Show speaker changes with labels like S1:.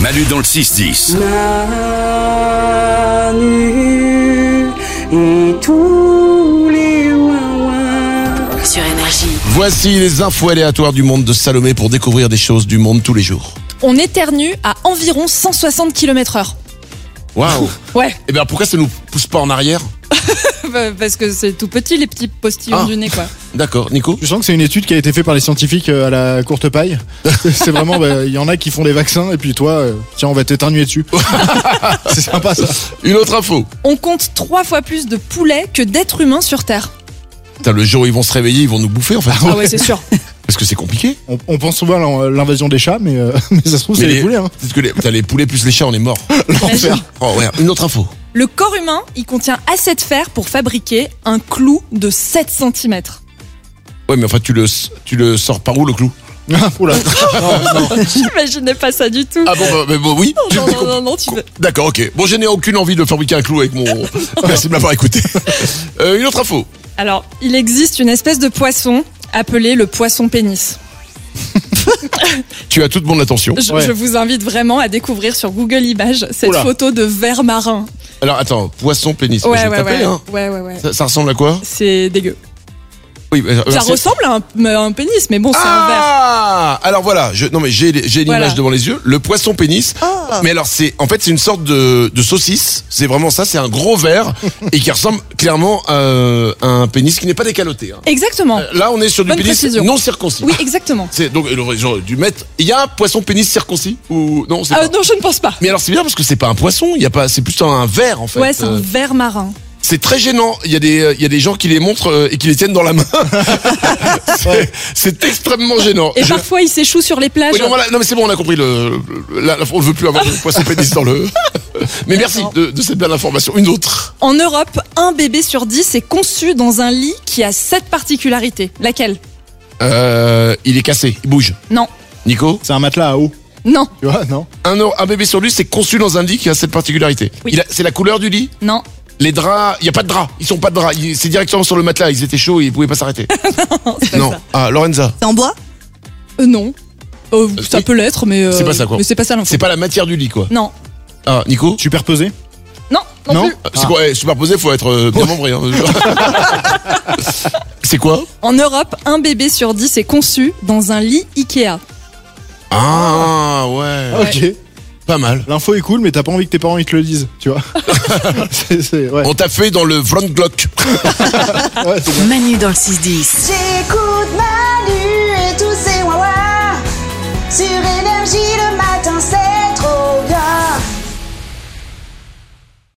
S1: Manu dans le 6-10.
S2: Manu et tous les ouin-ouin.
S3: sur énergie.
S4: Voici les infos aléatoires du monde de Salomé pour découvrir des choses du monde tous les jours.
S5: On éternue à environ 160 km heure.
S4: Waouh
S5: Ouais,
S4: Eh bien pourquoi ça nous pousse pas en arrière
S5: bah, parce que c'est tout petit les petits postillons
S4: Ah.
S5: du nez quoi.
S4: D'accord, Nico
S6: Je sens que c'est une étude qui a été faite par les scientifiques euh, à la courte paille. C'est vraiment, bah, il y en a qui font des vaccins et puis toi, euh, tiens, on va t'éternuer dessus. c'est sympa ça.
S4: Une autre info
S5: On compte trois fois plus de poulets que d'êtres humains sur Terre.
S4: Putain, le jour où ils vont se réveiller, ils vont nous bouffer en fait.
S5: Ah ouais, c'est sûr.
S4: Parce que c'est compliqué.
S6: On, on pense souvent à l'in- l'invasion des chats, mais, euh, mais ça se trouve, c'est
S4: Mais
S6: les poulets. Hein.
S4: Parce que les, putain, les poulets plus les chats, on est mort.
S5: Imagine.
S4: Oh ouais, une autre info.
S5: Le corps humain, il contient assez de fer pour fabriquer un clou de 7 cm.
S4: Ouais, mais enfin tu le tu le sors par où le clou
S6: Ah, Oula.
S5: J'imaginais pas ça du tout.
S4: Ah bon, bah, mais bon oui.
S5: Non, non, non, non, tu veux-
S4: D'accord, ok. Bon, je n'ai aucune envie de fabriquer un clou avec mon. Merci de m'avoir écouté. Euh, une autre info.
S5: Alors, il existe une espèce de poisson appelé le poisson pénis.
S4: Tu as toute mon attention.
S5: Je,
S6: Ouais.
S5: je vous invite vraiment à découvrir sur Google Images cette
S6: Oula.
S5: photo de ver marin.
S4: Alors attends, poisson pénis. Je
S5: Ouais,
S4: vais
S5: ouais,
S4: taper,
S5: ouais.
S4: hein.
S5: ouais, ouais, ouais.
S4: Ça, ça ressemble à quoi
S5: C'est dégueu.
S4: Oui. bah,
S5: Ça
S4: alors, c'est-
S5: ressemble à un, à un pénis, mais bon, c'est un verre.
S4: Ah Alors voilà, je, non mais j'ai j'ai l'image
S5: Voilà.
S4: devant les yeux, le poisson pénis. Mais alors c'est en fait c'est une sorte de, de saucisse, c'est vraiment ça, c'est un gros verre et qui ressemble clairement euh, à un pénis qui n'est pas décaloté. hein.
S5: Exactement.
S4: Euh, Là on est sur du
S5: Bonne
S4: pénis
S5: précision.
S4: non circoncis.
S5: Oui, exactement.
S4: C'est donc ils auraient dû mettre. Il y a un poisson pénis circoncis ou non c'est
S5: Ah,
S4: pas-
S5: non, je ne pense pas.
S4: Mais alors c'est bien parce que c'est pas un poisson, il y a pas, c'est plutôt un verre en fait.
S5: Ouais, c'est un
S4: Euh,
S5: ver marin.
S4: c'est très gênant. Il y a des, euh, il y a des gens qui les montrent euh, et qui les tiennent dans la main. c'est, c'est extrêmement gênant.
S5: Et
S4: Je-
S5: parfois, il s'échoue sur les plages.
S4: Oui, non, voilà. Non, mais c'est bon, on a compris. Le, le- la- la- on ne veut plus avoir de poisson pénis dans le. Mais merci de, de cette belle information. Une autre.
S5: En Europe, un bébé sur dix est conçu dans un lit qui a cette particularité. Laquelle
S4: Euh, il est cassé, il bouge.
S5: Non.
S4: Nico,
S6: C'est un matelas à eau.
S5: Non.
S6: Tu vois, non
S4: un, or- un bébé sur lui, c'est conçu dans un lit qui a cette particularité.
S5: Oui.
S4: Il a- c'est la couleur du lit.
S5: Non.
S4: Les draps, il n'y a pas de draps. Ils sont pas de draps. Ils- C'est directement sur le matelas. Ils étaient chauds et ils pouvaient pas s'arrêter.
S5: c'est pas
S4: non.
S5: ça.
S4: Ah, Lorenza,
S7: C'est en bois
S5: Euh, non. Euh,
S4: Euh,
S5: ça
S4: oui.
S5: peut l'être, mais. euh,
S4: C'est pas ça, quoi.
S5: Mais c'est pas ça l'info.
S4: c'est pas la matière du lit, quoi.
S5: Non.
S4: Ah, Nico.
S6: Superposé
S5: Non, non,
S6: Non
S5: plus.
S4: Ah, C'est quoi eh, Superposé, faut être euh, bien membré. hein. c'est quoi
S5: En Europe, un bébé sur dix est conçu dans un lit Ikea.
S4: Ah ouais.
S6: Ah, Ok.
S4: Pas mal.
S6: L'info est cool, mais t'as pas envie que tes parents ils te le disent, tu vois. c'est, c'est- ouais.
S4: On t'a fait dans le front Glock.
S6: Ouais, c'est bien.
S3: Manu dans le 6-10.
S8: J'écoute Manu et tous ses wawa sur énergie le matin.